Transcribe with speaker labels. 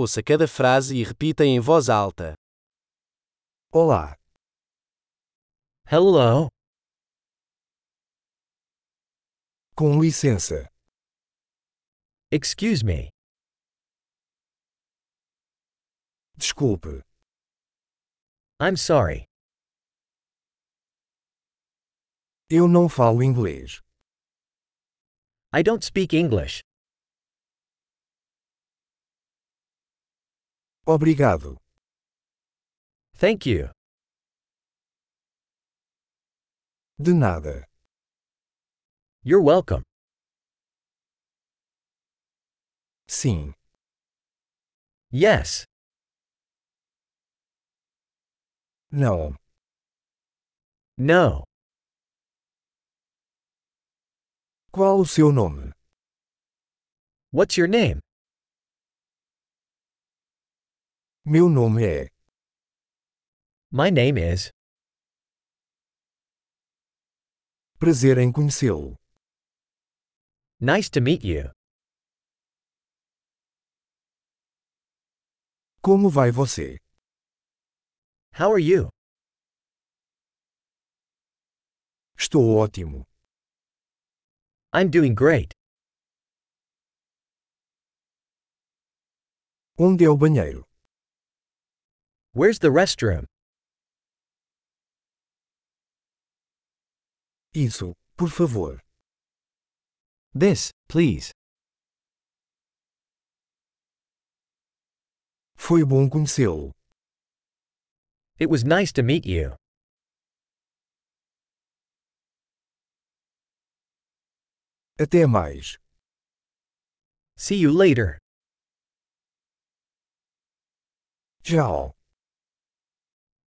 Speaker 1: Ouça cada frase e repita em voz alta.
Speaker 2: Olá,
Speaker 3: Hello.
Speaker 2: com licença.
Speaker 3: Excuse me.
Speaker 2: Desculpe,
Speaker 3: I'm sorry.
Speaker 2: eu não falo inglês.
Speaker 3: I don't speak English.
Speaker 2: Obrigado.
Speaker 3: Thank you.
Speaker 2: De nada.
Speaker 3: You're welcome.
Speaker 2: Sim,
Speaker 3: Yes.
Speaker 2: não,
Speaker 3: No.
Speaker 2: qual o seu nome?
Speaker 3: What's your name?
Speaker 2: Meu nome é.
Speaker 3: My name is.
Speaker 2: Prazer em conhecê-lo.
Speaker 3: Nice to meet you.
Speaker 2: Como vai você?
Speaker 3: How are you?
Speaker 2: Estou ótimo.
Speaker 3: I'm doing great.
Speaker 2: Onde é o banheiro?
Speaker 3: Where's the restroom?
Speaker 2: Isso, por favor.
Speaker 3: This, please.
Speaker 2: Foi bom conhecê-lo.
Speaker 3: It was nice to meet you.
Speaker 2: Até mais.
Speaker 3: See you later.
Speaker 2: Tchau.